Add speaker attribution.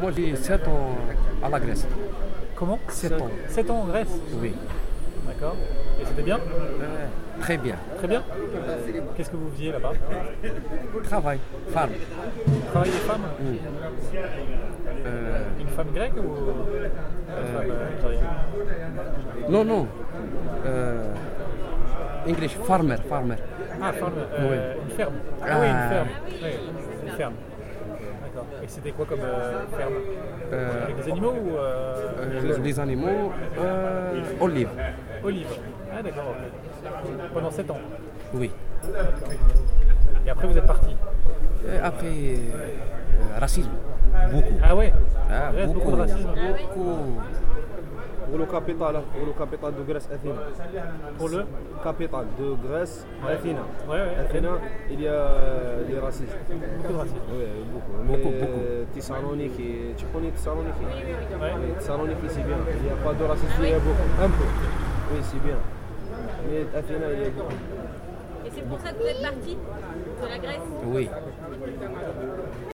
Speaker 1: moi j'ai 7 ans à la Grèce.
Speaker 2: Comment
Speaker 1: 7 ans.
Speaker 2: 7 ans en Grèce
Speaker 1: Oui,
Speaker 2: D'accord. Et c'était bien
Speaker 1: Euh, très bien.
Speaker 2: Très bien Qu'est-ce que vous faisiez là-bas
Speaker 1: Travail, femme.
Speaker 2: Travail des femmes
Speaker 1: Oui. Euh,
Speaker 2: Une femme grecque ou une femme euh, algérienne
Speaker 1: non, non. Euh, English, farmer, farmer.
Speaker 2: Ah, femme, euh, une ferme. Ah, oui, une ferme. Oui, une ferme. D'accord. Et c'était quoi comme euh, ferme
Speaker 1: Euh,
Speaker 2: Avec des animaux ou euh,
Speaker 1: Euh, les animaux, euh, olive.
Speaker 2: olives Ah, d'accord. ok. Pendant 7 ans.
Speaker 1: Oui.
Speaker 2: Et après, vous êtes parti
Speaker 1: Et après, euh, racisme. Beaucoup.
Speaker 2: Ah, ouais
Speaker 1: Ah,
Speaker 2: En Grèce, beaucoup de racisme.
Speaker 1: beaucoup.
Speaker 3: ولو كابيتال ولو كابيتال دو غريس اثينا
Speaker 2: Pour le
Speaker 3: كابيتال دو غريس اثينا
Speaker 2: Ouais, ouais,
Speaker 3: اثينا
Speaker 2: Athéna.
Speaker 3: il y a les racistes
Speaker 2: Beaucoup de racisme.
Speaker 3: oui beaucoup
Speaker 1: Beaucoup,
Speaker 3: Mais,
Speaker 1: beaucoup.
Speaker 3: euh, Thessaloniki tu connais Thessaloniki
Speaker 2: Ouais.
Speaker 3: Oui, Thessaloniki c'est bien il n'y a pas de racistes il y a beaucoup un peu Ah oui c'est bien mais Athéna il y a beaucoup
Speaker 4: Et c'est pour ça que vous êtes parti de la Grèce
Speaker 1: Oui.